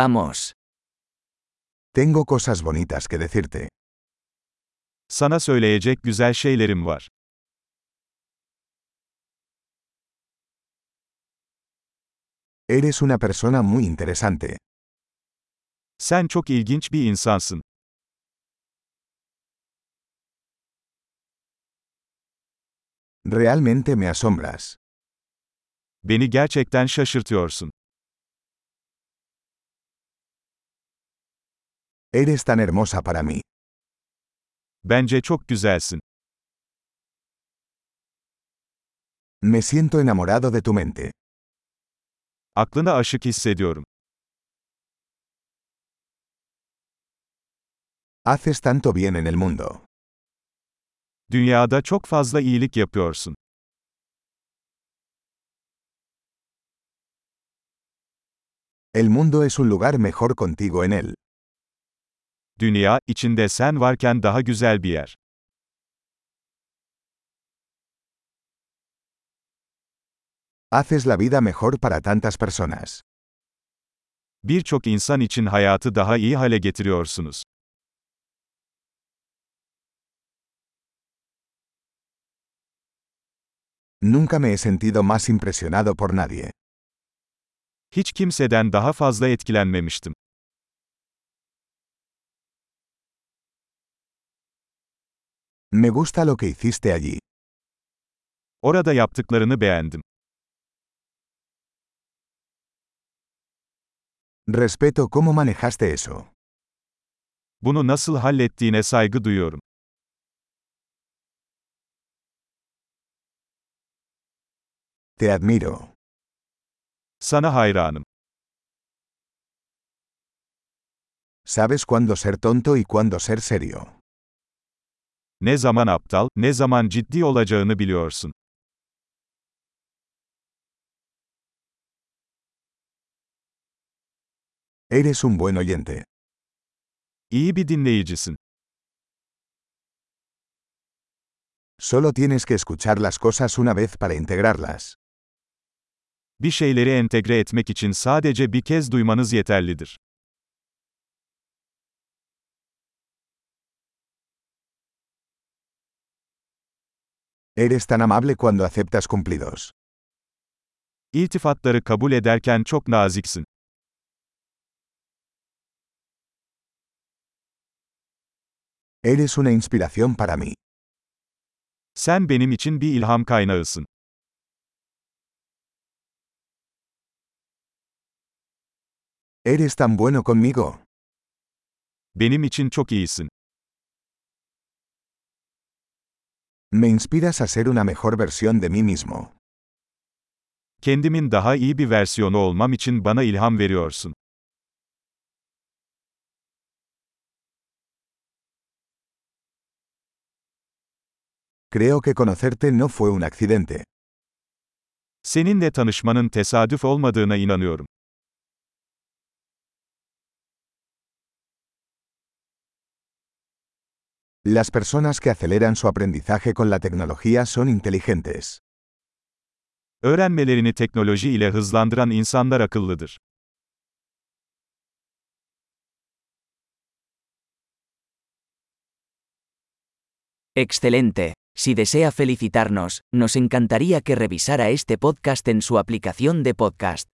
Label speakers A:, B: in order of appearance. A: Vamos.
B: Tengo cosas bonitas que decirte.
C: Sana söyleyecek güzel şeylerim var.
B: Eres una persona muy interesante.
C: Sen çok ilginç bir insansın.
B: Realmente me asombras.
C: Beni gerçekten şaşırtıyorsun.
B: Eres tan hermosa para mí.
C: Bence çok güzelsin.
B: Me siento enamorado de tu mente.
C: Aklına aşık hissediyorum.
B: Haces tanto bien en el mundo.
C: Dünyada çok fazla iyilik yapıyorsun.
B: El mundo es un lugar mejor contigo en él.
C: Dünya, içinde sen varken daha güzel bir yer.
B: Haces la vida mejor para tantas personas.
C: Birçok insan için hayatı daha iyi hale getiriyorsunuz.
B: Nunca me he sentido más impresionado por nadie.
C: Hiç kimseden daha fazla etkilenmemiştim.
B: Me gusta lo que hiciste allí.
C: Orada yaptıklarını beğendim.
B: Respeto cómo manejaste eso.
C: Bunu nasıl hallettiğine saygı duyuyorum.
B: Te admiro.
C: Sana hayranım.
B: Sabes cuándo ser tonto y cuándo ser serio.
C: Ne zaman aptal, ne zaman ciddi olacağını biliyorsun.
B: Eres un buen oyente.
C: İyi bir dinleyicisin.
B: Solo tienes que escuchar las cosas una vez para integrarlas.
C: Bir şeyleri entegre etmek için sadece bir kez duymanız yeterlidir.
B: Eres tan amable cuando aceptas cumplidos.
C: İltifatları kabul ederken çok naziksin.
B: Eres una inspiración para mí.
C: Sen benim için bir ilham kaynağısın.
B: Eres tan bueno conmigo.
C: Benim için çok iyisin.
B: Me inspiras a ser una mejor versión de mí mismo.
C: Kendimin daha iyi bir versiyonu olmam için bana ilham veriyorsun.
B: Creo que conocerte no fue un accidente.
C: Seninle tanışmanın tesadüf olmadığına inanıyorum.
B: Las personas que aceleran su aprendizaje con la tecnología son inteligentes.
C: Öğrenmelerini teknoloji ile hızlandıran insanlar akıllıdır.
A: Excelente. Si desea felicitarnos, nos encantaría que revisara este podcast en su aplicación de podcast.